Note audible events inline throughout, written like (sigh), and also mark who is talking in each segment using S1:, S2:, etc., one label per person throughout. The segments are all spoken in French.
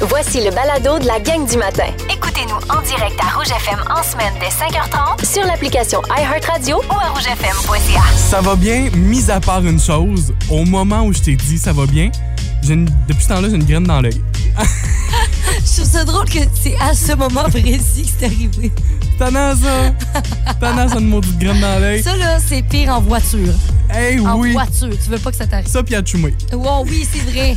S1: Voici le balado de la gang du matin. Écoutez-nous en direct à Rouge FM en semaine dès 5h30 sur l'application iHeartRadio ou à rougefm.ca.
S2: Ça va bien, mis à part une chose. Au moment où je t'ai dit ça va bien, j'ai une- depuis ce temps-là, j'ai une graine dans l'œil.
S3: Je trouve ça drôle que c'est à ce moment précis que c'est arrivé.
S2: T'en as
S3: (laughs)
S2: ça! T'en as ça, une maudite graine dans l'œil.
S3: Ça, là, c'est pire en voiture.
S2: Hey,
S3: En
S2: oui!
S3: voiture. Tu veux pas que ça t'arrive.
S2: Ça, puis à Tchoumé.
S3: Wow, Oh, oui, c'est (laughs) vrai.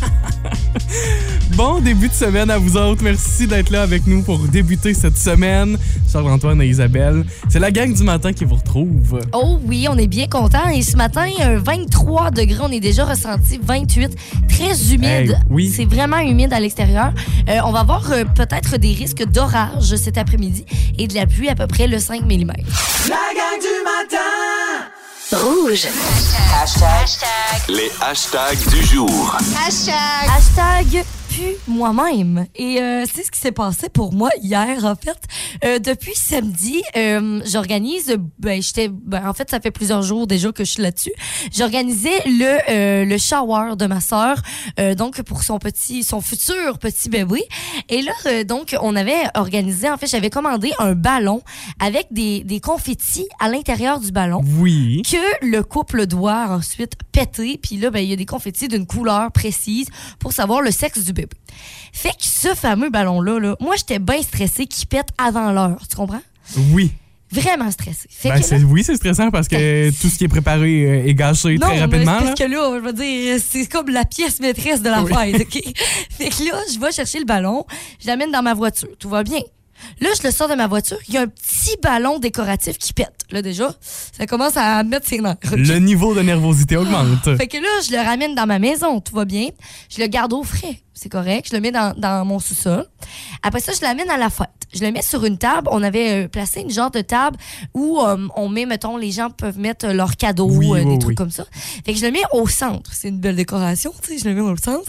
S2: Bon début de semaine à vous autres. Merci d'être là avec nous pour débuter cette semaine. Charles-Antoine et Isabelle. C'est la gang du matin qui vous retrouve.
S3: Oh oui, on est bien content. Et ce matin, un 23 degrés, on est déjà ressenti 28, très humide.
S2: Hey, oui.
S3: C'est vraiment humide à l'extérieur. Euh, on va avoir euh, peut-être des risques d'orage cet après-midi et de la pluie à peu près le 5 mm.
S4: La gang du matin
S1: Rouge.
S5: Les hashtags du jour.
S3: Hashtag pu moi-même. Et euh, c'est ce qui s'est passé pour moi hier, en fait. Euh, depuis samedi, euh, j'organise, ben, j'étais, ben, en fait, ça fait plusieurs jours déjà que je suis là-dessus. J'organisais le, euh, le shower de ma sœur, euh, donc pour son petit, son futur petit bébé. Et là, euh, donc, on avait organisé, en fait, j'avais commandé un ballon avec des, des confettis à l'intérieur du ballon
S2: Oui.
S3: que le couple doit ensuite péter. Puis là, ben, il y a des confettis d'une couleur précise pour savoir le sexe du bébé. Fait que ce fameux ballon-là, là, moi, j'étais bien stressée qu'il pète avant l'heure. Tu comprends?
S2: Oui.
S3: Vraiment stressée. Fait
S2: Ben,
S3: que là-
S2: c'est- oui, c'est stressant parce que tout ce qui est préparé euh, est gâché
S3: non,
S2: très
S3: mais
S2: rapidement. là.
S3: c'est parce que là, je veux dire, c'est comme la pièce maîtresse de la
S2: (laughs)
S3: fête, OK? Fait que là, je vais chercher le ballon, je l'amène dans ma voiture, tout va bien. Là, je le sors de ma voiture, il y a un petit ballon décoratif qui pète. Là, déjà, ça commence à mettre ses nerfs. OK?
S2: Le niveau de nervosité augmente.
S3: Fait que là, je le ramène dans ma maison, tout va bien. Je le garde au frais, c'est correct. Je le mets dans, dans mon sous-sol. Après ça, je l'amène à la fête. Je le mets sur une table. On avait euh, placé une genre de table où euh, on met, mettons, les gens peuvent mettre euh, leurs cadeaux,
S2: Oui,
S3: euh, des
S2: oui,
S3: trucs
S2: oui.
S3: comme ça. Fait que je le mets au centre. C'est une belle décoration, tu sais, je le mets au centre.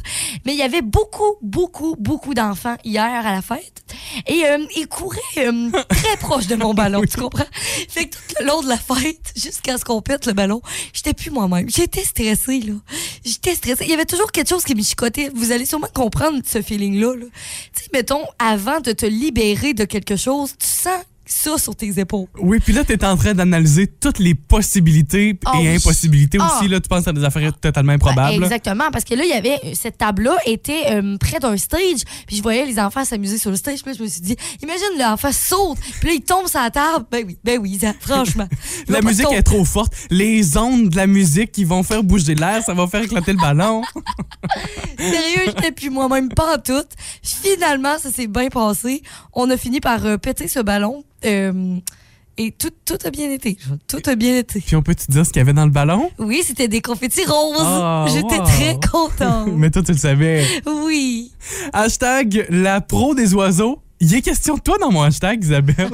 S3: Mais il y avait beaucoup, beaucoup, beaucoup d'enfants hier à la fête. Et euh, ils couraient euh,
S2: (laughs)
S3: très proche de mon ballon, tu comprends? Fait que tout le long de la fête, jusqu'à ce qu'on pète le ballon, j'étais plus moi-même. J'étais stressée, là. J'étais stressée. Il y avait toujours quelque chose qui me chicotait. Vous allez sûrement comprendre ce feeling-là. là. Tu sais, mettons, avant de te libérer de quelque chose, tu sens ça sur tes épaules.
S2: Oui, puis là, tu es en train d'analyser toutes les possibilités et
S3: Ah oui.
S2: impossibilités
S3: Ah. Bah,
S2: aussi. Là, tu penses à des affaires totalement improbables.
S3: Exactement, parce que là, il y avait cette table-là était euh, près d'un stage, puis je voyais les enfants s'amuser sur le stage, puis là, je me suis dit, imagine l'enfant saute, puis là, il tombe sur la table. Ben oui, ben oui, ça, franchement.
S2: (laughs)
S3: Je
S2: la
S3: vais pas
S2: musique
S3: tomber.
S2: est trop forte. Les ondes de la musique qui vont faire bouger l'air, ça va faire éclater le ballon.
S3: Sérieux, j'étais plus moi-même pas en tout. Finalement, ça s'est bien passé. On a fini par euh, péter ce ballon. euh, et tout, tout a bien été. Tout a bien été.
S2: Puis on peut te dire ce qu'il y avait dans le ballon?
S3: Oui, c'était des confettis roses.
S2: Ah,
S3: J'étais
S2: wow.
S3: très contente.
S2: (laughs) Mais toi, tu le savais.
S3: Oui.
S2: Hashtag la pro des oiseaux. Il est question de toi dans mon hashtag, Isabelle.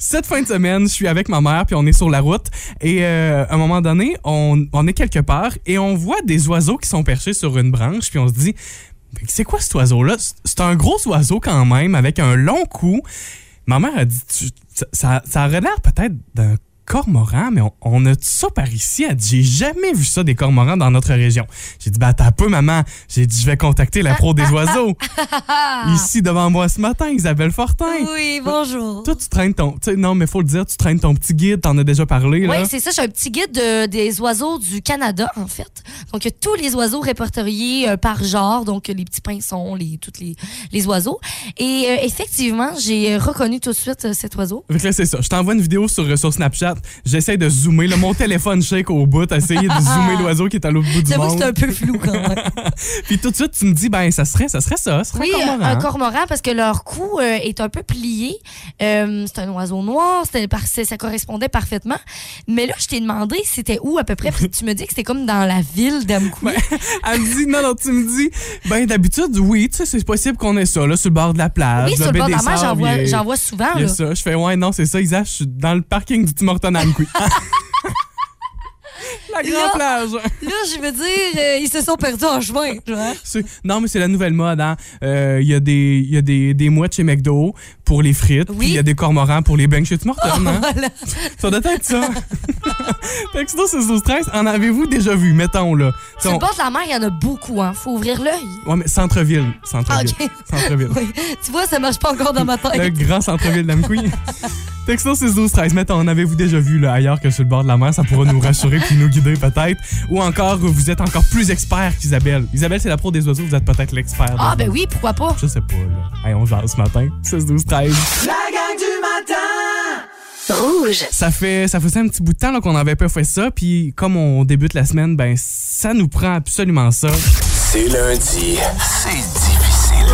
S2: Cette fin de semaine, je suis avec ma mère, puis on est sur la route. Et euh, à un moment donné, on, on est quelque part et on voit des oiseaux qui sont perchés sur une branche, puis on se dit, Mais c'est quoi cet oiseau-là? C'est- C'est un gros oiseau quand même, avec un long cou. Ma mère a dit, Tu- ça, ça, ça aurait l'air peut-être d'un cormoran, mais on, on a ça par ici. Elle dit, j'ai jamais vu ça des cormorans dans notre région. J'ai dit, bah t'as peu, maman. J'ai dit, je vais contacter la pro des oiseaux. Ici devant moi ce matin, Isabelle Fortin.
S3: Oui, bonjour.
S2: Toi, tu traînes ton. tu sais, non, mais faut le dire, tu traînes ton petit guide, t'en as déjà parlé, là.
S3: Oui, c'est ça. J'ai un petit guide de- des oiseaux du Canada, en fait. Donc, il y a tous les oiseaux répertoriés euh, par genre. Donc, les petits pinsons, les, tous les, les oiseaux. Et euh, effectivement, j'ai euh, reconnu tout de suite euh, cet oiseau.
S2: Fait que là, c'est ça. Je t'envoie une vidéo sur, euh, sur Snapchat. J'essaie de zoomer. Là, mon téléphone shake au bout, essayer de zoomer l'oiseau qui est à l'autre bout du
S3: Ah. J'avoue que
S2: monde.
S3: c'est un peu flou
S2: (laughs)
S3: quand même.
S2: Puis tout de suite, tu me dis, ben, ça serait ça, serait ça. ça serait
S3: Oui,
S2: un cormoran.
S3: un cormoran parce que leur cou euh, est un peu plié. Euh, c'est un oiseau noir, c'était par- c'est- ça correspondait parfaitement. Mais là, je t'ai demandé c'était où à peu près. puis tu me dis que c'était comme dans la ville d'Amkoui.
S2: Elle me dit, non, non, tu me dis, ben, d'habitude, oui, tu sais, c'est possible qu'on ait ça, là, sur le bord de la plage.
S3: oui, sur le
S2: baie
S3: bord de
S2: des
S3: la mer, j'en
S2: Sables, il
S3: vois,
S2: y a-
S3: j'en vois souvent.
S2: il y a
S3: là.
S2: ça.
S3: (laughs)
S2: Je fais, ouais, non, c'est ça, Isa, je suis dans le parking du Tim Hortons à Amqui. la grande
S3: Là.
S2: plage.
S3: Là, je veux dire, euh, ils se sont perdus en chemin. tu vois.
S2: C'est- Non, mais c'est la nouvelle mode. hein. Euh, Il y a, des, il y a des, des mouettes chez McDo pour les frites,
S3: Oui. Oh,
S2: puis il y a des cormorans pour les bangs chez Tim Hortons, hein.
S3: Voilà.
S2: Ça doit être
S3: (laughs)
S2: ça. Texto 612-13, en avez-vous déjà vu, mettons, là?
S3: Sur
S2: Ton-
S3: le bord de la mer, il y en a beaucoup. Hein. Faut ouvrir l'œil.
S2: Ouais, mais centre-ville. Centre-ville.
S3: Ah, ok. (laughs)
S2: Centre-ville.
S3: Oui. Tu vois, ça marche pas encore dans ma
S2: Le
S3: tête.
S2: grand centre-ville
S3: (laughs)
S2: d'Amqui. Texto 612-13, mettons, en avez-vous déjà vu là, ailleurs que sur le bord de la mer? Ça pourra nous rassurer puis nous guider peut-être. Ou encore, vous êtes encore plus expert qu'Isabelle. Isabelle, c'est la pro des oiseaux, vous êtes peut-être l'expert.
S3: Ah,
S2: des
S3: ben
S2: oiseaux.
S3: oui, pourquoi pas?
S2: Je sais pas, là. Hey, on jase ce matin. 6-12-13.
S4: La gang du matin
S1: Rouge.
S2: Ça fait, ça faisait un petit bout de temps là, qu'on n'avait pas fait ça. Puis comme on débute la semaine, ben ça nous prend absolument
S3: (laughs)
S2: ça.
S5: C'est lundi. C'est difficile.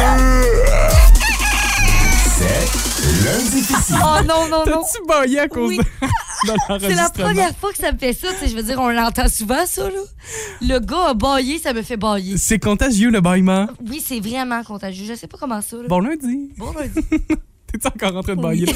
S5: C'est lundi difficile.
S3: Oh non, non, non.
S2: T'as-tu baillé à cause
S3: Oui.
S2: de, (laughs) de
S3: C'est la
S2: l'enregistrement?
S3: première fois que ça me fait ça. tu sais, Je veux dire, on l'entend souvent, ça. Là. Le gars a baillé, ça me fait bailler.
S2: C'est contagieux le baillement.
S3: Oui, c'est vraiment contagieux. Je sais pas comment ça. Là.
S2: Bon lundi.
S3: Bon, lundi.
S2: (laughs) T'es-tu encore en train de
S3: Oui.
S2: bailler? là?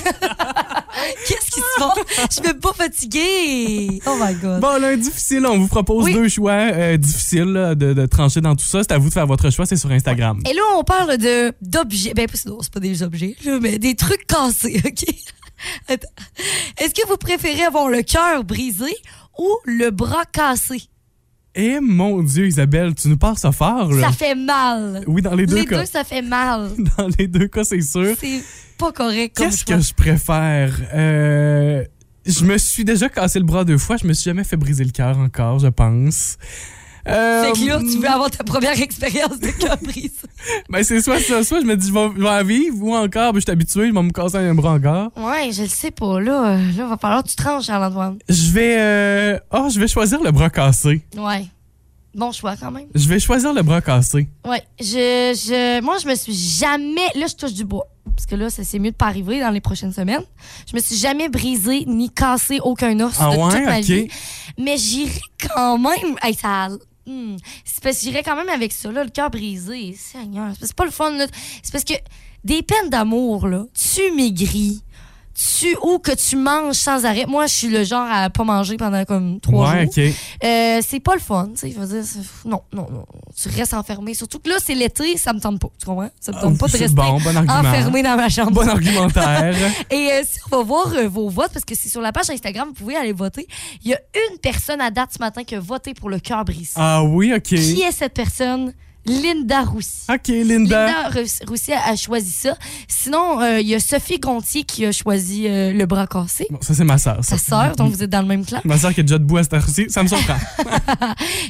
S3: Qu'est-ce qui se passe? Je vais pas fatiguer. Oh my God.
S2: Bon lundi difficile, on vous propose
S3: Oui.
S2: deux choix euh, difficiles là, de, de trancher dans tout ça. C'est à vous de faire votre choix, c'est sur Instagram.
S3: Et là, on parle de d'objets. Ben, c'est non, c'est pas des objets, là, mais des trucs cassés, (laughs) OK? Attends. Est-ce que vous préférez avoir le cœur brisé ou le bras cassé?
S2: Et Eh, mon Dieu, Isabelle, tu nous parles ça fort. Là.
S3: Ça fait mal.
S2: Oui, dans les deux
S3: Les
S2: cas.
S3: deux, ça fait mal.
S2: (laughs) Dans les deux cas, c'est sûr.
S3: C'est pas correct comme
S2: Qu'est-ce
S3: choix.
S2: que je préfère? Euh, je me suis déjà cassé le bras deux fois. Je me suis jamais fait briser le cœur encore, je pense. Euh,
S3: Fait que là, tu veux avoir ta première (laughs) expérience de cœur brisé.
S2: ben, c'est soit ça, soit je me dis je vais, je vais en vivre ou encore ben, je suis habitué, je vais me casser un bras encore.
S3: Ouais, je le sais pas. Là, euh, là, va falloir que tu tranches, Charles-Antoine.
S2: Je vais euh, oh, je vais choisir le bras cassé.
S3: Ouais. Bon choix quand même.
S2: Je vais choisir le bras cassé.
S3: Ouais, je, je, moi, je me suis jamais. Là, je touche du bois. Parce que là, ça c'est mieux de pas arriver dans les prochaines semaines. Je me suis jamais brisé ni cassé aucun os
S2: Ah
S3: de
S2: ouais?
S3: toute ma
S2: Ok.
S3: vie. Mais j'irai quand même. Hey, ça. hmm. C'est parce que j'irai quand même avec ça, là, le cœur brisé. Seigneur, c'est pas le fun. là. C'est parce que des peines d'amour, là, tu maigris. Tu, ou que tu manges sans arrêt. Moi, je suis le genre à pas manger pendant comme trois
S2: ouais,
S3: jours.
S2: ok.
S3: Euh, c'est pas le fun, tu sais. Je veux dire, c'est- non, non, non. Tu restes enfermé. Surtout que là, c'est l'été, ça me tente pas. Tu comprends? Ça me tente pas
S2: Ah,
S3: de Ah,
S2: C'est
S3: rester
S2: bon, bon argument.
S3: enfermé dans ma chambre.
S2: Bon
S3: (laughs)
S2: argumentaire.
S3: Et euh, si on va voir euh, vos votes, parce que c'est sur la page Instagram, vous pouvez aller voter. Il y a une personne à date ce matin qui a voté pour le cœur brisé.
S2: ah oui, ok.
S3: Qui est cette personne? Linda Roussy.
S2: Ok, Linda.
S3: Linda Rous- Roussy a, a choisi ça. Sinon, euh, il y a Sophie Gontier qui a choisi euh, le bras cassé.
S2: Bon, ça c'est ma sœur. ça.
S3: Sa sœur, donc vous êtes dans le même clan.
S2: Ma sœur qui est déjà debout à cette heure-ci, ça me surprend.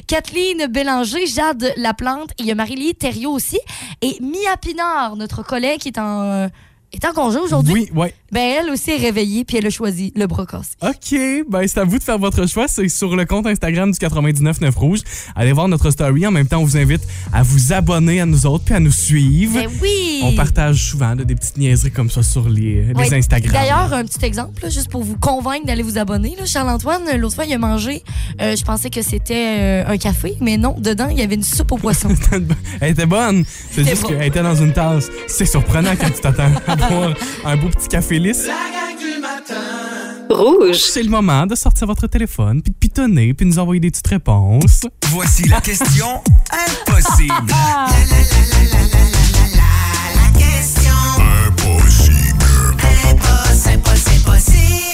S3: Kathleen Bélanger, Jade Laplante, il y a Marie-Lie Thériault aussi, et Mia Pinard, notre collègue qui est en, euh, est en congé aujourd'hui.
S2: oui, ouais.
S3: Ben, elle aussi est réveillée, puis elle a choisi le bras cassé.
S2: OK, ben c'est à vous de faire votre choix. C'est sur le compte Instagram du 99.9 Rouge. Allez voir notre story. En même temps, on vous invite à vous abonner à nous autres puis à nous suivre.
S3: (laughs) Ben oui!
S2: On partage souvent là, des petites niaiseries comme ça sur les, les
S3: Oui.
S2: Instagram.
S3: D'ailleurs, un petit exemple, là, juste pour vous convaincre d'aller vous abonner. là. Charles-Antoine, l'autre fois, il a mangé, euh, je pensais que c'était euh, un café, mais non, dedans, il y avait une soupe aux
S2: (laughs)
S3: poissons.
S2: elle était bonne. C'est
S3: C'était
S2: juste
S3: bon.
S2: qu'elle était dans une tasse. C'est surprenant quand tu t'attends à boire un beau petit café
S4: La
S2: lisse.
S4: gang du matin
S1: Rouge.
S2: C'est le moment de sortir votre téléphone, puis de pitonner, puis de nous envoyer des petites réponses.
S6: Voici la question impossible.
S3: Ah.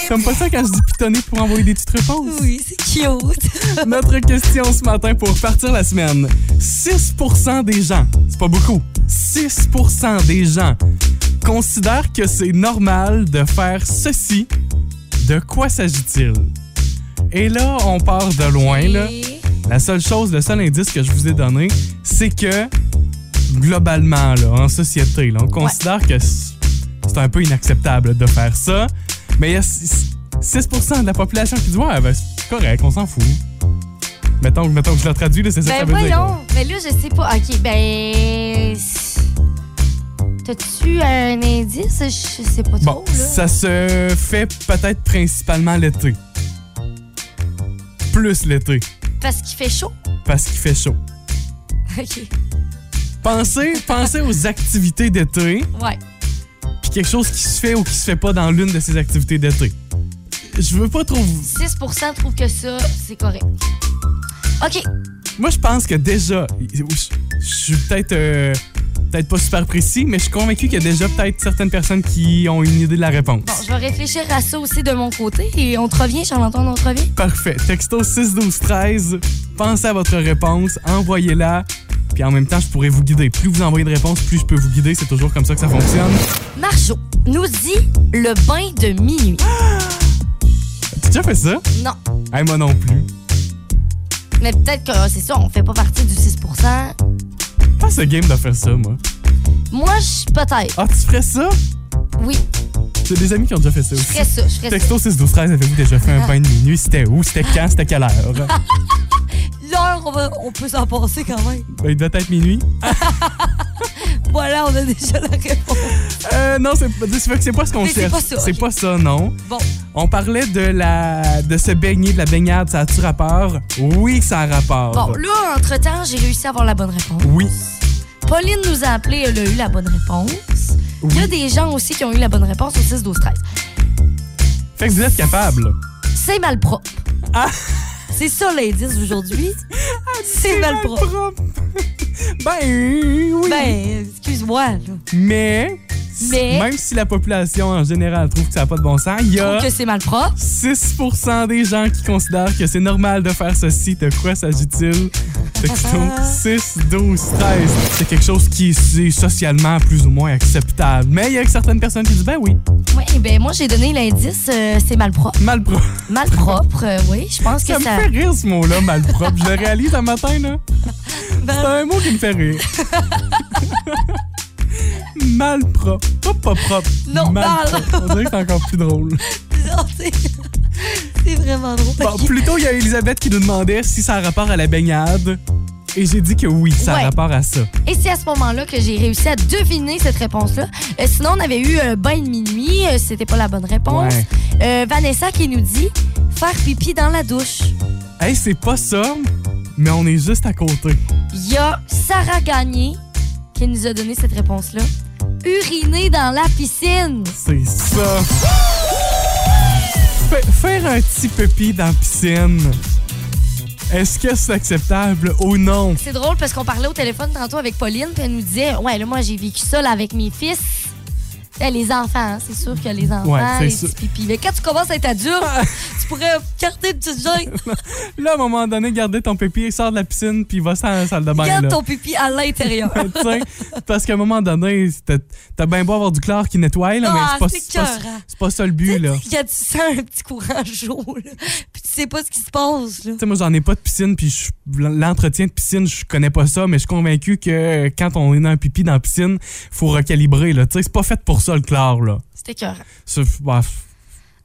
S2: T'aimes pas ça quand je dis pitonner pour envoyer des petites réponses?
S3: oui, c'est
S2: (laughs)
S3: cute.
S2: Notre question ce matin pour partir la semaine. 6 des gens, c'est pas beaucoup, 6 des gens considèrent que c'est normal de faire ceci. De quoi s'agit-il? Et là, on part de loin. Là.
S3: Et-
S2: La seule chose, le seul indice que je vous ai donné, c'est que globalement, là, en société, là, on considère que c- c'est un peu inacceptable de faire ça. Mais il y a six- 6 de la population qui dit Ouais, ben, c'est correct, on s'en fout. Mettons, mettons que je le traduis, là, c'est ça
S3: Ben
S2: que ça veut
S3: voyons, mais là je sais pas. Ok, ben. T'as-tu un indice? Je sais pas
S2: dire. Bon,
S3: trop. Oh, là.
S2: ça se fait peut-être principalement l'été. Plus l'été,
S3: Parce qu'il fait chaud. (laughs)
S2: parce qu'il fait chaud.
S3: Ok,
S2: Pensez, pensez aux activités d'été.
S3: ouais.
S2: puis quelque chose qui se fait ou qui se fait pas dans l'une de ses activités d'été. Je veux pas trop. vous-
S3: 6 trouvent que ça, c'est correct. OK.
S2: Moi, je pense que déjà, je je suis peut-être euh, peut-être pas super précis, mais je suis convaincu qu'il y a déjà peut-être certaines personnes qui ont une idée de la réponse.
S3: Bon, je vais réfléchir à ça aussi de mon côté et on te revient, Charles-Antoine, on te revient.
S2: Parfait. Texto 61213, pensez à votre réponse, envoyez-la. Puis en même temps, je pourrais vous guider. Plus vous envoyez de réponses, plus je peux vous guider. C'est toujours comme ça que ça fonctionne.
S3: Marjo nous dit le bain de minuit.
S2: Tu as déjà fait ça?
S3: Non,
S2: Eh, moi non plus.
S3: mais peut-être que euh, c'est ça, on fait pas partie du 6
S2: Pas ce game de faire ça, moi.
S3: Moi, je peut-être.
S2: Ah, tu ferais ça?
S3: Oui,
S2: J'ai des amis qui ont déjà fait ça
S3: je
S2: aussi.
S3: ferais ça, je ferais ça.
S2: Texto 61213, avez-vous déjà fait un bain de minuit? C'était où? C'était quand? C'était quelle
S3: (laughs)
S2: heure?
S3: L'heure, on, va- on peut s'en passer quand même.
S2: Ben, il doit être minuit.
S3: Voilà, on a déjà la réponse.
S2: Euh, non, c'est pas- c'est vrai que c'est pas ce qu'on
S3: Mais c'est
S2: cherche.
S3: pas ça,
S2: C'est
S3: ok.
S2: pas ça, non.
S3: Bon,
S2: On parlait de la de se baigner, de la baignade, ça a-tu rapport? Oui, ça a rapport.
S3: bon là, entre-temps, j'ai réussi à avoir la bonne réponse.
S2: Oui.
S3: Pauline nous a appelé, elle a eu la bonne réponse. Il y a
S2: Oui.
S3: des gens aussi qui ont eu la bonne réponse au 6, 12, 13.
S2: Fait que vous êtes capable.
S3: C'est malpropre.
S2: Ah.
S3: C'est ça
S2: (laughs)
S3: l'indice d'aujourd'hui. C'est malpropre.
S2: Propre. (laughs) ben oui.
S3: Ben, excuse-moi. là.
S2: Mais,
S3: Mais-
S2: même si la population en général trouve que ça n'a pas de bon sens, il y
S3: Je
S2: a
S3: trouve que c'est malpropre.
S2: 6% des gens qui considèrent que c'est normal de faire ceci. De quoi s'agit-il? Texto 6, 12, 13. C'est quelque chose qui est socialement plus ou moins acceptable. Mais il y a que certaines personnes qui disent ben oui,
S3: Oui, ben moi, j'ai donné l'indice, euh, c'est malpropre.
S2: mal propre.
S3: Malpropre, euh, oui, je pense que
S2: Ça
S3: ça...
S2: me fait rire ce mot-là, malpropre. Je le réalise un matin, là. C'est
S3: Mal-
S2: un mot qui me fait
S3: (laughs)
S2: rire. malpropre. Pas pas propre.
S3: Non,
S2: malpropre. On dirait que c'est encore plus drôle.
S3: Non, c'est- (laughs) c'est vraiment drôle. (laughs)
S2: Bon,
S3: Ok.
S2: plus tôt, il y a Elisabeth qui nous demandait si ça a rapport à la baignade. Et j'ai dit que oui, ça a
S3: Ouais.
S2: rapport à ça.
S3: Et c'est à ce moment-là que j'ai réussi à deviner cette réponse-là. Euh, sinon, on avait eu un bain de minuit, euh, c'était pas la bonne réponse.
S2: Ouais.
S3: Euh, Vanessa qui nous dit faire pipi dans la douche.
S2: Hey, c'est pas ça, mais on est juste à côté.
S3: Il y a Sarah Gagné qui nous a donné cette réponse-là. Uriner dans la piscine.
S2: C'est ça. Fa- faire un petit pépi dans la piscine. Est-ce que c'est acceptable ou non?
S3: C'est drôle parce qu'on parlait au téléphone tantôt avec Pauline, puis elle nous disait Ouais, là, moi, j'ai vécu ça là, avec mes fils. Eh, les enfants, hein, c'est sûr que les enfants,
S2: Ouais, c'est
S3: les
S2: sûr.
S3: petits pipis. Mais quand tu commences à
S2: (laughs)
S3: être adulte, tu pourrais carter une petite joint.
S2: Là, à un moment donné, garder ton pépi, sort de la piscine, puis va dans la salle de bain.
S3: Garde
S2: Ben, là.
S3: ton pipi à l'intérieur.
S2: (laughs) Tu sais, parce qu'à un moment donné, t'as- t'as bien beau avoir du chlore qui nettoie, là,
S3: Ah,
S2: mais
S3: c'est
S2: c'est pas, c'est pas-
S3: écœurant.
S2: c'est pas ça le but. là. Tu
S3: Quand tu sens un petit courant (laughs) chaud, là, puis tu sais pas ce qui se passe. Là.
S2: sais, moi, j'en ai pas de piscine, puis je- l'entretien de piscine, je connais pas ça, mais je suis convaincu que quand on est dans un pipi dans la piscine, faut recalibrer. là. Tu sais, C'est pas fait pour ça, le chlore. là.
S3: C'était cœur.
S2: C'est bah,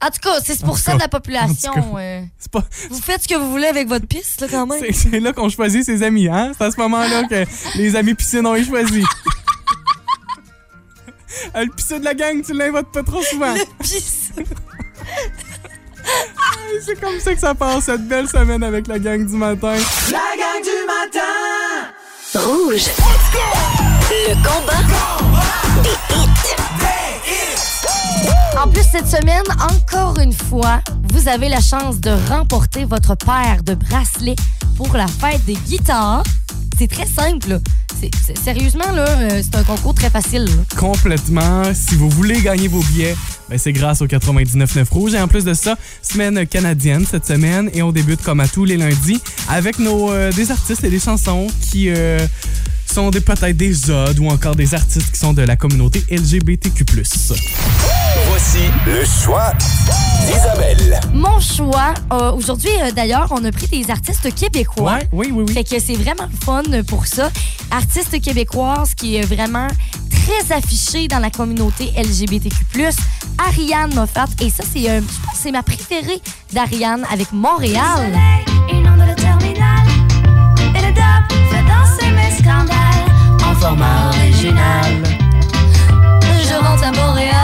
S3: En tout cas, c'est pour ça
S2: cas,
S3: de la
S2: en tout
S3: population.
S2: cas.
S3: euh,
S2: c'est pas-
S3: vous faites ce que vous voulez avec votre piste, là, quand même. (laughs)
S2: c'est- c'est là qu'on choisit ses amis. Hein? C'est à ce moment-là que les amis piscine ont été choisis. (laughs) Ah, Le piscine de la gang, tu l'invotes pas trop souvent.
S3: Pisse.
S2: C'est comme ça que ça passe cette belle semaine avec la gang du matin.
S4: La gang du matin
S1: Rouge. Le combat.
S3: En plus, cette semaine, encore une fois, vous avez la chance de remporter votre paire de bracelets pour la fête des guitares. C'est très simple. là. C'est- c'est- sérieusement, là, euh, c'est un concours très facile. là.
S2: complètement. Si vous voulez gagner vos billets, ben, c'est grâce au 99.9 Rouge. Et en plus de ça, semaine canadienne cette semaine. Et on débute comme à tous les lundis avec nos, euh, des artistes et des chansons qui euh, sont des- peut-être des odes ou encore des artistes qui sont de la communauté LGBTQ+.
S5: Voici le choix d'Isabelle.
S3: Mon choix, euh, aujourd'hui, euh, d'ailleurs, on a pris des artistes québécois.
S2: Ouais, oui, oui, oui.
S3: Fait que c'est vraiment le fun pour ça. Artiste québécoise qui est vraiment très affichée dans la communauté LGBTQ+. Ariane Moffat. Et ça, c'est euh, je pense que c'est ma préférée d'Ariane avec Montréal.
S7: Inonde le terminal et le DAP fait danser mes scandales en format original.
S3: Je rentre à Montréal.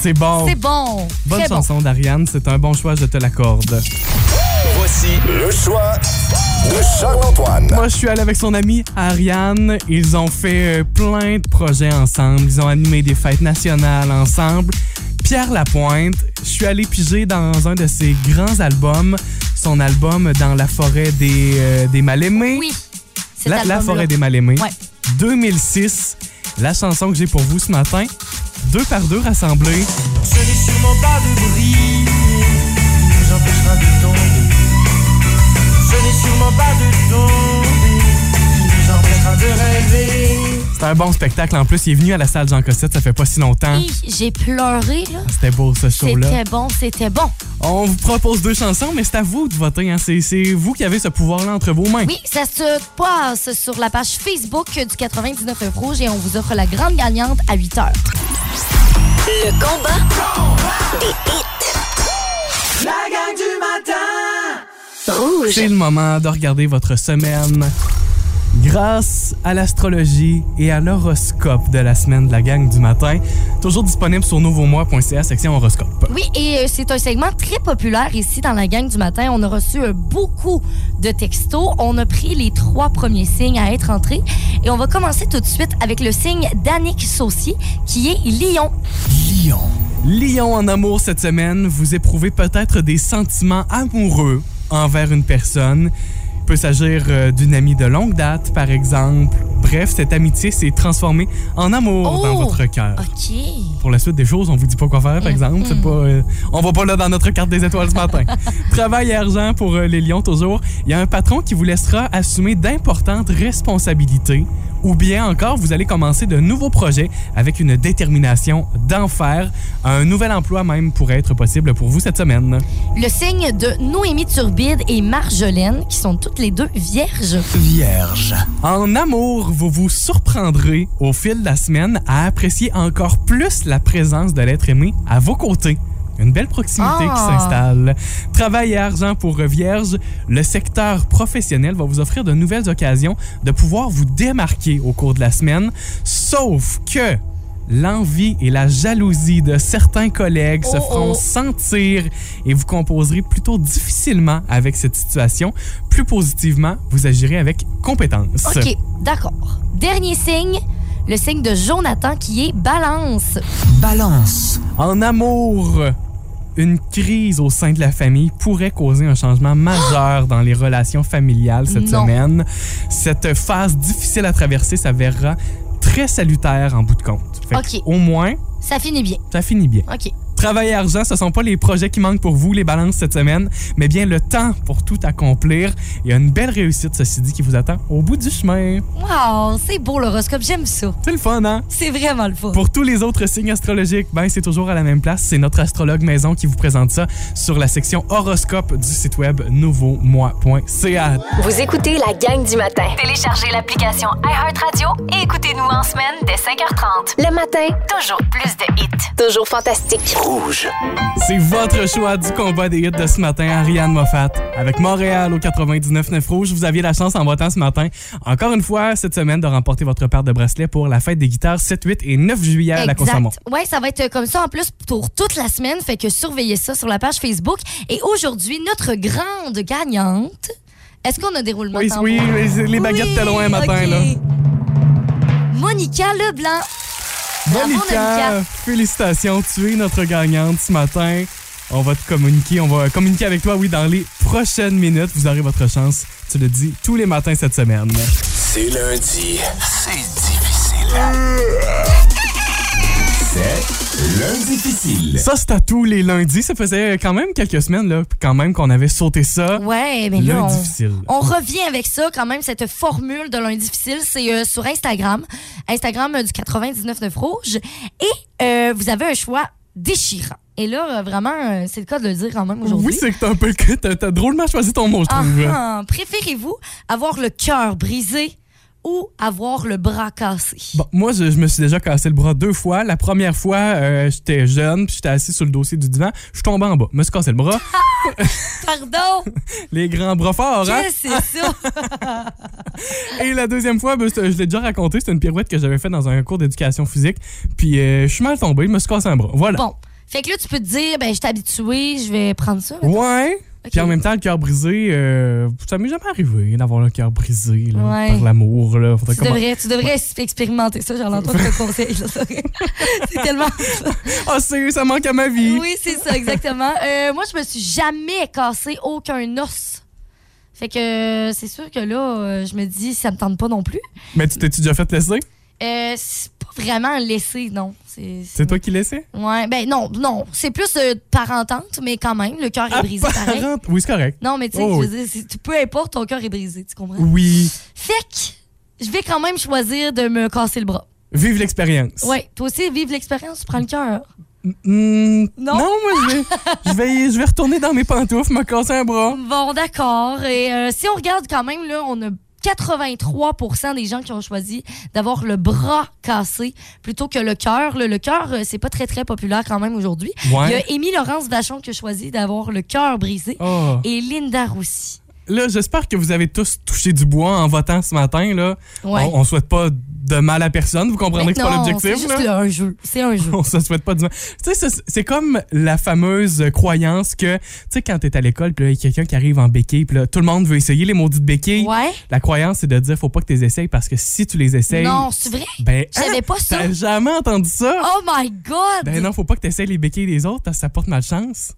S2: C'est bon.
S3: C'est bon.
S2: Oh. Bonne
S3: Très bon.
S2: chanson d'Ariane. C'est un bon choix, je te l'accorde.
S5: Voici le choix de Charles-Antoine.
S2: Moi, je suis allé avec son ami Ariane. Ils ont fait euh, plein de projets ensemble. Ils ont animé des fêtes nationales ensemble. Pierre Lapointe. Je suis allé piger dans un de ses grands albums, son album Dans la forêt des, euh, des mal-aimés.
S3: Oui. Cet
S2: La, la
S3: album-là.
S2: forêt des mal-aimés.
S3: Ouais.
S2: 2006. La chanson que j'ai pour vous ce matin. Deux par deux rassemblés.
S6: Ce n'est sûrement pas de bruit qui nous empêchera de tomber. Ce n'est sûrement pas de tomber qui nous empêchera de rêver.
S2: C'était un bon spectacle. En plus, il est venu à la salle Jean Cossette, ça fait pas si longtemps.
S3: Hi, J'ai pleuré, là.
S2: C'était beau ce show-là.
S3: C'était bon, c'était bon.
S2: On vous propose deux chansons, mais c'est à vous de voter. hein. C'est- C'est vous qui avez ce pouvoir-là entre vos mains.
S3: Oui, ça se passe sur la page Facebook du 99 Rouge et on vous offre la grande gagnante à 8 heures.
S1: Le combat.
S4: La gang du matin
S1: Rouge.
S2: C'est le moment de regarder votre semaine. Grâce à l'astrologie et à l'horoscope de la semaine de la gang du matin, toujours disponible sur nouveaumois.ca, section horoscope.
S3: Oui, et euh, c'est un segment très populaire ici dans la gang du matin. On a reçu euh, beaucoup de textos. On a pris les trois premiers signes à être entrés et on va commencer tout de suite avec le signe d'Annick Saucier qui est Lion.
S6: Lyon.
S2: Lion en amour cette semaine, vous éprouvez peut-être des sentiments amoureux envers une personne. Il peut s'agir euh, d'une amie de longue date, par exemple. Bref, cette amitié s'est transformée en amour dans
S3: Oh!
S2: votre cœur.
S3: OK.
S2: pour la suite des choses, on vous dit pas quoi faire, par exemple. C'est pas, euh, on va pas là dans notre carte des étoiles ce matin. Travail et argent pour euh, les lions, toujours. Il y a un patron qui vous laissera assumer d'importantes responsabilités. Ou bien encore, vous allez commencer de nouveaux projets avec une détermination d'enfer. Un nouvel emploi même pourrait être possible pour vous cette semaine.
S3: Le signe de Noémie Turbide et Marjolaine qui sont toutes les deux vierges.
S6: Vierge.
S2: En amour, vous vous surprendrez au fil de la semaine à apprécier encore plus la présence de l'être aimé à vos côtés. Une belle proximité qui
S3: Ah.
S2: s'installe. Travail et argent pour euh, Vierge, le secteur professionnel va vous offrir de nouvelles occasions de pouvoir vous démarquer au cours de la semaine, sauf que l'envie et la jalousie de certains collègues se
S3: Oh,
S2: feront
S3: oh.
S2: sentir et vous composerez plutôt difficilement avec cette situation. Plus positivement, vous agirez avec compétence.
S3: OK, d'accord. Dernier signe, le signe de Jonathan qui est Balance.
S6: Balance.
S2: En amour, une crise au sein de la famille pourrait causer un changement majeur dans les relations familiales cette
S3: Non.
S2: semaine. Cette phase difficile à traverser s'avérera très salutaire en bout de compte. Fait que
S3: OK.
S2: Au moins,
S3: Ça finit bien.
S2: ça finit bien.
S3: OK.
S2: Travail et argent, ce sont pas les projets qui manquent pour vous, les balances cette semaine, mais bien le temps pour tout accomplir. Il y a une belle réussite, ceci dit, qui vous attend au bout du chemin.
S3: Wow, c'est beau l'horoscope, j'aime ça.
S2: C'est le fun, hein?
S3: C'est vraiment le fun.
S2: Pour tous les autres signes astrologiques, ben c'est toujours à la même place. C'est notre astrologue maison qui vous présente ça sur la section horoscope du site web nouveaumois.ca.
S1: Vous écoutez la gang du matin. Téléchargez l'application iHeartRadio et écoutez-nous en semaine dès 5h30. Le matin, toujours plus de hits. Toujours fantastique.
S2: C'est votre choix du combat des hits de ce matin, Ariane Moffat. Avec Montréal au 99.9 Rouge, vous aviez la chance en votant ce matin, encore une fois, cette semaine, de remporter votre paire de bracelets pour la fête des guitares 7, 8 et 9 juillet à la Consommon.
S3: Oui, ça va être euh, comme ça en plus pour toute la semaine. Fait que surveillez ça sur la page Facebook. Et aujourd'hui, notre grande gagnante. Est-ce qu'on a des roulements
S2: Oui,
S3: de
S2: oui,
S3: tambour?
S2: les- les baguettes de loin matin,
S3: ok.
S2: là.
S3: Monica Leblanc. Bravo,
S2: Monica,
S3: Monica.
S2: félicitations, tu es notre gagnante ce matin. On va te communiquer, on va communiquer avec toi, oui, dans les prochaines minutes. Vous aurez votre chance, tu le dis, tous les matins cette semaine.
S5: C'est lundi. C'est difficile. C'est lundi difficile.
S2: Ça, c'est à tous les lundis. Ça faisait quand même quelques semaines, là, quand même qu'on avait sauté ça.
S3: Ouais, mais
S2: Lundi
S3: là, on,
S2: difficile.
S3: on revient avec ça quand même, cette formule de lundi difficile. C'est euh, sur Instagram, Instagram euh, du 99.9 Rouge. Et euh, vous avez un choix déchirant. Et là, euh, vraiment, euh, c'est le cas de le dire quand même aujourd'hui.
S2: Oui, c'est que t'as un peu que t'as- t'as drôlement choisi ton mot, je
S3: Ah,
S2: trouve.
S3: ah, Préférez-vous avoir le cœur brisé ou avoir le bras cassé?
S2: Bon, moi, je, je me suis déjà cassé le bras deux fois. La première fois, euh, j'étais jeune, puis j'étais assis sur le dossier du divan. Je suis tombé en bas. Je me suis cassé le
S3: (laughs)
S2: bras.
S3: Pardon!
S2: Les grands bras forts, hein?
S3: Qu'est-ce que c'est
S2: (laughs)
S3: ça?
S2: Et la deuxième fois, ben, c'est- je l'ai déjà raconté, c'est une pirouette que j'avais faite dans un cours d'éducation physique. Puis euh, je suis mal tombé, je me suis cassé un bras. Voilà.
S3: Bon. Fait que là, tu peux te dire, ben, je suis habituée, je vais prendre ça.
S2: Ouais, Puis en même temps, le cœur brisé, euh, ça m'est jamais arrivé d'avoir le cœur brisé là,
S3: Ouais.
S2: par l'amour. là. Faudrait
S3: Tu
S2: comment-
S3: devrais, tu devrais expérimenter ça, Jean-Antoine te conseille. là. (laughs) C'est tellement.
S2: Ah, c'est, ça manque à ma vie.
S3: Oui, c'est ça, exactement. Euh, moi, je me suis jamais cassé aucun os. Fait que euh, c'est sûr que là, euh, je me dis, ça me tente pas non plus.
S2: Mais tu t'es-tu déjà fait laisser?
S3: Euh, c'est pas vraiment laissé, non. C'est
S2: C'est toi qui laissais?
S3: Ouais, ben non, non. C'est plus euh, par entente, mais quand même, le cœur est brisé pareil.
S2: Apparente- Oui, c'est correct.
S3: Non, mais tu sais,
S2: Oh,
S3: je veux dire, c'est- peu importe, ton cœur est brisé, tu comprends?
S2: Oui.
S3: Fait que je vais quand même choisir de me casser le bras.
S2: Vive l'expérience.
S3: Ouais, toi aussi, vive l'expérience, tu prends le cœur.
S2: Mm,
S3: Non.
S2: moi, je
S3: (laughs)
S2: vais, je, vais, je vais retourner dans mes pantoufles, me casser un bras.
S3: Bon, d'accord. Et euh, si on regarde quand même, là, on a 83 des gens qui ont choisi d'avoir le bras cassé plutôt que le cœur. là. Le cœur, euh, c'est pas très, très populaire quand même aujourd'hui. Il y
S2: Ouais.
S3: a Émy Laurence Vachon qui a choisi d'avoir le cœur brisé.
S2: Ah.
S3: Et Linda Roussy.
S2: Là, j'espère que vous avez tous touché du bois en votant ce matin. Là.
S3: Ouais.
S2: On, on souhaite pas de mal à personne. Vous comprenez que c'est pas
S3: Non,
S2: l'objectif.
S3: C'est
S2: là.
S3: juste un jeu. C'est un jeu.
S2: (laughs) on se souhaite pas du mal. Tu sais, ça, c'est comme la fameuse euh, croyance que, tu sais, quand t'es à l'école, puis là, il y a quelqu'un qui arrive en béquille, puis là, tout le monde veut essayer les maudites béquilles.
S3: Ouais.
S2: La croyance, c'est de dire, faut pas que tu les essayes parce que si tu les essayes.
S3: Non, c'est vrai?
S2: Ben,
S3: Je savais pas ça.
S2: T'as jamais entendu ça?
S3: Oh my God!
S2: Ben non, faut pas que tu essayes les béquilles des autres parce que ça porte malchance.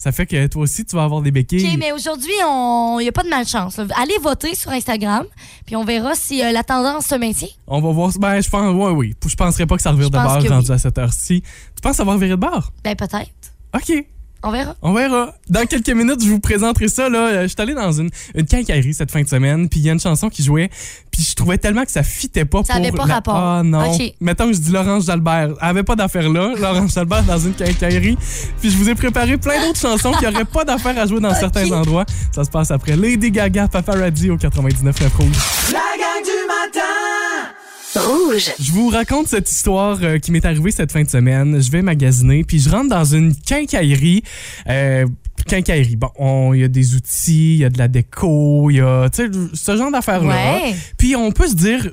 S2: Ça fait que toi aussi, tu vas avoir des béquilles.
S3: Ah! OK, mais aujourd'hui, il n'y a pas de malchance. là. Allez voter sur Instagram, puis on verra si euh, la tendance se maintient.
S2: On va voir. Ben, je pense, ouais, oui. Je penserais pas que ça revire
S3: Je
S2: de
S3: pense
S2: bord
S3: que
S2: rendu
S3: oui.
S2: à cette heure-ci. Tu penses avoir viré de bord?
S3: Ben peut-être.
S2: OK.
S3: On verra.
S2: On verra. Dans quelques minutes, je vous présenterai ça. Là. Euh, Je suis allé dans une, une quincaillerie cette fin de semaine, puis il y a une chanson qui jouait, puis je trouvais tellement que ça fitait pas
S3: Ça
S2: pour
S3: avait pas
S2: la-
S3: rapport.
S2: Ah non.
S3: Ok.
S2: Mettons que je dis Laurence Jalbert. Elle avait pas d'affaire là, Laurence Jalbert dans une quincaillerie. Puis je vous ai préparé plein d'autres chansons qui auraient pas d'affaire à jouer
S3: (laughs)
S2: dans certains endroits. Ça se passe après Lady Gaga, Paparazzi au 99 Rouge.
S4: La gang du matin
S1: Rouge.
S2: Je vous raconte cette histoire euh, qui m'est arrivée cette fin de semaine. Je vais magasiner, puis je rentre dans une quincaillerie. Euh, quincaillerie. Bon, on- il y a des outils, il y a de la déco, il y a tu sais, ce genre d'affaires-là.
S3: Ouais.
S2: Puis on peut se dire,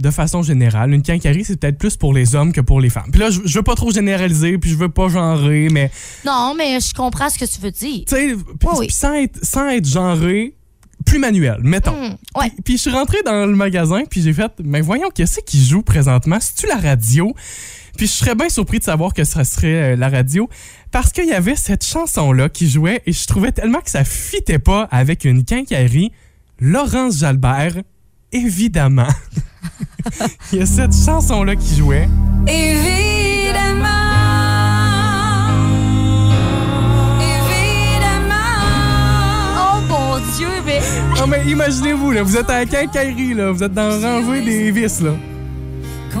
S2: de façon générale, une quincaillerie, c'est peut-être plus pour les hommes que pour les femmes. Puis là, je, je veux pas trop généraliser, puis je veux pas genrer, mais
S3: Non, mais je comprends ce que tu veux dire.
S2: tu sais, puis-
S3: Oui, oui.
S2: puis sans, être, sans être genré, plus manuel, mettons.
S3: Hmm, Ouais.
S2: Puis- Puis je suis rentré dans le magasin, puis j'ai fait, mais voyons, qu'est-ce qui joue présentement? C'est-tu la radio? Puis je serais bien surpris de savoir que ça serait euh, la radio, parce qu'il y avait cette chanson-là qui jouait, et je trouvais tellement que ça fitait pas avec une quincaillerie. Laurence Jalbert, évidemment. (laughs) Il y a cette chanson-là qui jouait.
S3: Oh mon Dieu, mais
S2: Ah, mais imaginez-vous, là, vous êtes à la quincaillerie, là, vous êtes dans le rangée des vis, là.
S3: ben,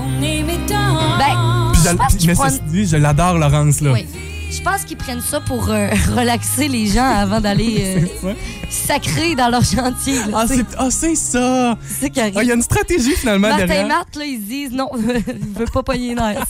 S2: Puis je-
S3: je pense
S2: puis-
S3: qu'ils
S2: mais
S3: prennent-
S2: ceci dit, je l'adore, Laurence, là.
S3: Oui. Je pense qu'ils prennent ça pour euh, (laughs) relaxer les gens
S2: (laughs)
S3: avant d'aller euh,
S2: Ouais.
S3: sacrer dans leur chantier. là,
S2: Ah,
S3: tu sais.
S2: c'est ah, c'est ça!
S3: C'est ça qui arrive.
S2: Ah, Il y a une stratégie, finalement,
S3: Martin et
S2: derrière.
S3: Marthe, là, ils se disent non, (laughs) ils veulent pas pogner l'air.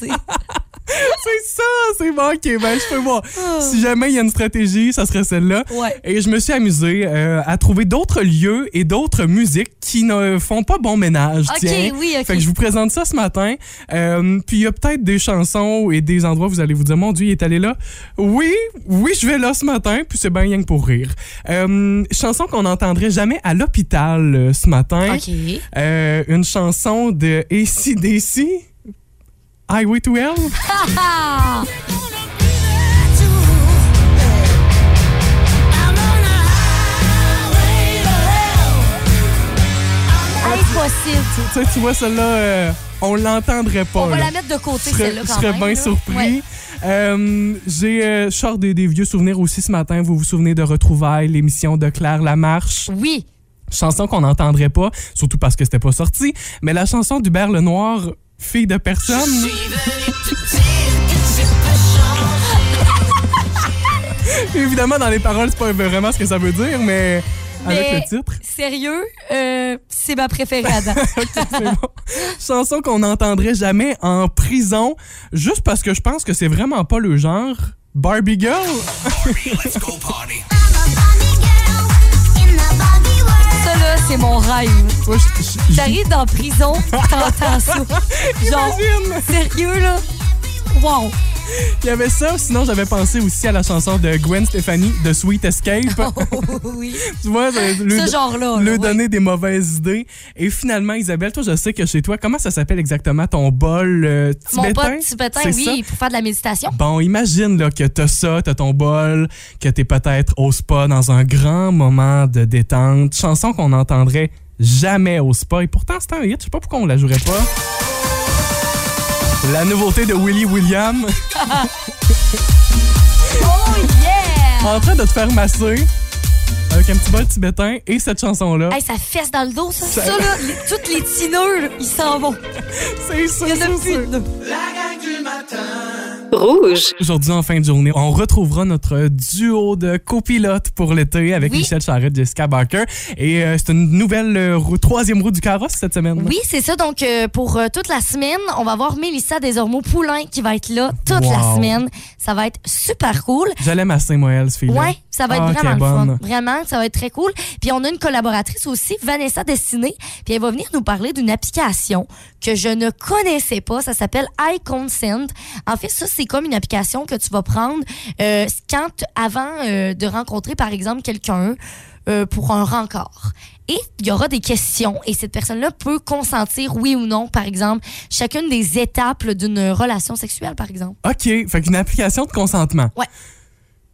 S2: C'est ça, c'est bon, ok, ben je peux
S3: (laughs)
S2: voir. Si jamais il y a une stratégie, ça serait celle-là.
S3: Ah. Ouais.
S2: Et je me suis amusé euh, à trouver d'autres lieux et d'autres musiques qui ne font pas bon ménage.
S3: Ok,
S2: tiens.
S3: oui, ok.
S2: Fait que je vous présente ça ce matin. Euh, puis il y a peut-être des chansons et des endroits où vous allez vous dire, mon Dieu, il est allé là. Oui, oui, je vais là ce matin, puis c'est bien rien que pour rire. Euh, chanson qu'on n'entendrait jamais à l'hôpital euh, ce matin.
S3: OK.
S2: Euh, une chanson de ACDC, Highway to Hell.
S3: Ah! Impossible.
S2: Tu sais, tu vois, celle-là, euh, on l'entendrait pas.
S3: On va
S2: là.
S3: la mettre de côté,
S2: Je serais-
S3: celle-là,
S2: je
S3: quand
S2: serais
S3: même,
S2: bien
S3: là.
S2: surpris.
S3: Ouais.
S2: Euh, J'ai euh, je sors des, des vieux souvenirs aussi ce matin. Vous vous souvenez de Retrouvailles, l'émission de Claire Lamarche,
S3: Oui.
S2: chanson qu'on n'entendrait pas, surtout parce que c'était pas sorti. Mais la chanson d'Hubert Lenoir, Fille de personne. (laughs) Évidemment, dans les paroles, c'est pas vraiment ce que ça veut dire, mais, avec
S3: Mais-
S2: le titre.
S3: Sérieux, euh, c'est ma préférée Adam. (laughs)
S2: C'est (laughs) bon. Chanson qu'on n'entendrait jamais en prison, juste parce que je pense que c'est vraiment pas le genre. Barbie Girl?
S5: Let's go party.
S3: ça, là, c'est mon rêve.
S2: Moi, je- je-
S3: T'arrives dans
S2: (laughs)
S3: la prison, t'entends ça. Genre,
S2: Imagine!
S3: sérieux, là? Wow. (laughs)
S2: Il y avait ça. Sinon, j'avais pensé aussi à la chanson de Gwen Stefani, de Sweet Escape.
S3: oui.
S2: tu vois, euh, le,
S3: Oh. Ce genre-là, là,
S2: le
S3: oui.
S2: donner des mauvaises idées. Et finalement, Isabelle, toi, je sais que chez toi, comment ça s'appelle exactement ton bol euh, tibétain?
S3: Mon pote tibétain,
S2: C'est ça?
S3: oui, pour faire de la méditation.
S2: Bon, imagine là, que t'as ça, t'as ton bol, que t'es peut-être au spa dans un grand moment de détente. Chanson qu'on n'entendrait jamais au spa. Et pourtant, c'est un hit. Je sais pas pourquoi on la jouerait pas. La nouveauté de Willie William
S3: Oh yeah!
S2: en train de te faire masser avec un petit bol tibétain et cette chanson-là.
S3: Hey, ça fesse dans le dos, ça.
S2: (laughs)
S3: Ça, là, les- toutes les tineurs, ils s'en vont.
S2: C'est ça,
S3: Il y en a
S2: c'est
S3: plus
S2: ça.
S3: de-
S4: La gang du matin.
S1: Rouge.
S2: Aujourd'hui, en fin de journée, on retrouvera notre duo de copilotes pour l'été avec
S3: Oui.
S2: Michel Charette, Jessica Barker. Et euh, c'est une nouvelle euh, roue- troisième roue du carrosse cette semaine.
S3: Oui, c'est ça. Donc, euh, pour euh, toute la semaine, on va voir Mélissa Desormeaux-Poulain qui va être là toute la
S2: Wow.
S3: semaine. Ça va être super cool.
S2: J'allais masser, moi, elle, ce fille-là.
S3: Ouais, ça va être
S2: Ah, ok,
S3: vraiment le fun.
S2: bonne.
S3: Vraiment, ça va être très cool. Puis on a une collaboratrice aussi, Vanessa Destinée, puis elle va venir nous parler d'une application que je ne connaissais pas. Ça s'appelle iConsent. En fait, ça, c'est comme une application que tu vas prendre euh, quand, avant euh, de rencontrer, par exemple, quelqu'un euh, pour un rencard. Et il y aura des questions et cette personne-là peut consentir, oui ou non, par exemple, chacune des étapes là, d'une relation sexuelle, par exemple.
S2: OK, fait qu'une application de consentement.
S3: Ouais.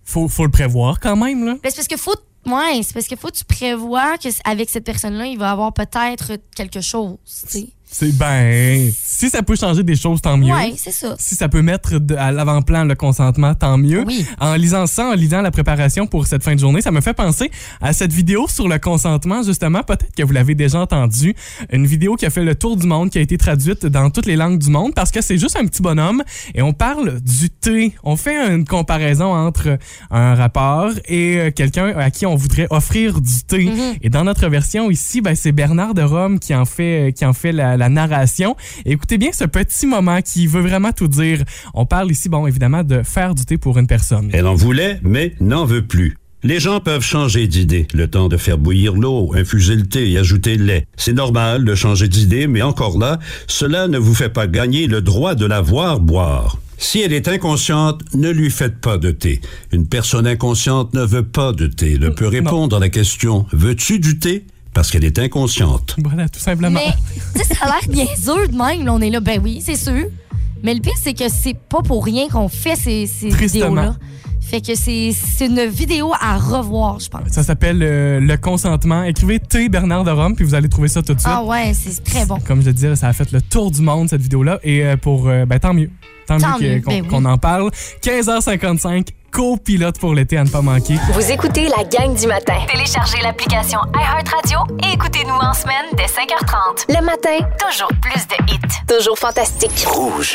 S2: Faut, faut le prévoir quand même, là.
S3: Ben, c'est parce que faut. Ouais, c'est parce que faut que tu prévois que c- avec cette personne-là, il va avoir peut-être quelque chose. tu sais.
S2: C'est ben. Si ça peut changer des choses, tant mieux.
S3: Ouais, c'est ça.
S2: Si ça peut mettre de- à l'avant-plan le consentement, tant mieux.
S3: Oui.
S2: En lisant ça, en lisant la préparation pour cette fin de journée, ça me fait penser à cette vidéo sur le consentement, justement. Peut-être que vous l'avez déjà entendue. Une vidéo qui a fait le tour du monde, qui a été traduite dans toutes les langues du monde, parce que c'est juste un petit bonhomme et on parle du thé. On fait une comparaison entre un rapport et euh, quelqu'un à qui on voudrait offrir du thé. Et dans notre version ici, ben, c'est Bernard de Rome qui en fait, euh, qui en fait la, la narration. Et écoutez bien ce petit moment qui veut vraiment tout dire. On parle ici, bon, évidemment, de faire du thé pour une personne.
S8: Mmh. Elle en voulait, mais n'en veut plus. Les gens peuvent changer d'idée. Le temps de faire bouillir l'eau, infuser le thé et ajouter le lait. C'est normal de changer d'idée, mais encore là, cela ne vous fait pas gagner le droit de la voir boire. Si elle est inconsciente, ne lui faites pas de thé. Une personne inconsciente ne veut pas de thé. Ne peut répondre à la question « Veux-tu du thé ?» parce qu'elle est inconsciente.
S2: Voilà, tout simplement.
S3: Mais tu sais, ça a l'air bien sûr de même. là, on est là, ben oui, c'est sûr. Mais le pire, c'est que c'est pas pour rien qu'on fait ces, ces
S2: Tristement.
S3: vidéos-là. Fait que c'est c'est une vidéo à revoir, je pense.
S2: Ça s'appelle euh, Le consentement. Écrivez T Bernard de Rome, puis vous allez trouver ça tout de suite.
S3: Ah ouais, c'est très bon.
S2: Comme je le disais, ça a fait le tour du monde, cette vidéo-là. Et euh, pour. euh, ben, tant mieux. Tant, mieux
S3: Tant
S2: que-
S3: mieux,
S2: qu'on
S3: ben oui.
S2: qu'on en parle. 15h55, copilote pour l'été à ne pas manquer.
S1: Vous écoutez la gang du matin. Téléchargez l'application iHeartRadio et écoutez-nous en semaine dès 5h30. Le matin, toujours plus de hits. Toujours fantastique.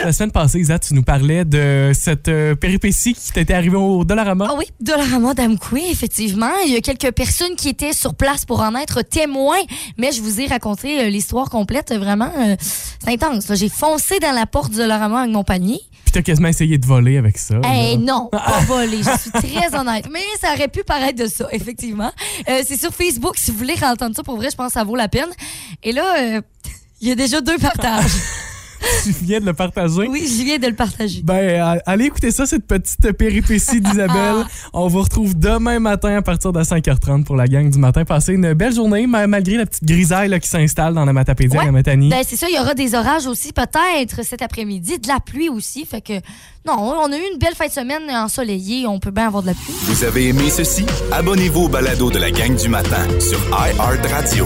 S2: La semaine passée, Isa, tu nous parlais de cette euh, péripétie qui t'était arrivée au Dollarama.
S3: Ah oui, Dollarama d'Amkoui, effectivement. Il y a quelques personnes qui étaient sur place pour en être témoins, mais je vous ai raconté euh, l'histoire complète. euh, Vraiment, euh, c'est intense. là. J'ai foncé dans la porte du Dollarama avec mon panier.
S2: Puis t'as quasiment essayé de voler avec ça. là.
S3: Eh
S2: (laughs)
S3: non, pas volé, je suis très honnête. Mais ça aurait pu paraître de ça, effectivement. Euh, c'est sur Facebook, si vous voulez entendre ça, pour vrai, je pense que ça vaut la peine. Et là, euh, (laughs) il y a déjà deux partages.
S2: Tu viens de le partager.
S3: Oui, je viens de le partager.
S2: Ben, a- allez écouter ça, cette petite péripétie
S3: (laughs)
S2: d'Isabelle. On vous retrouve demain matin à partir de 5h30 pour la gang du matin. Passez une belle journée, ma- malgré la petite grisaille là, qui s'installe dans la Matapédia
S3: Ouais.
S2: la Matanie.
S3: Ben, c'est ça, il y aura des orages aussi, peut-être, cet après-midi, de la pluie aussi. Fait que, non, on a eu une belle fin de semaine ensoleillée, on peut bien avoir de la pluie.
S5: Vous avez aimé ceci? Abonnez-vous au balado de la gang du matin sur iHeartRadio.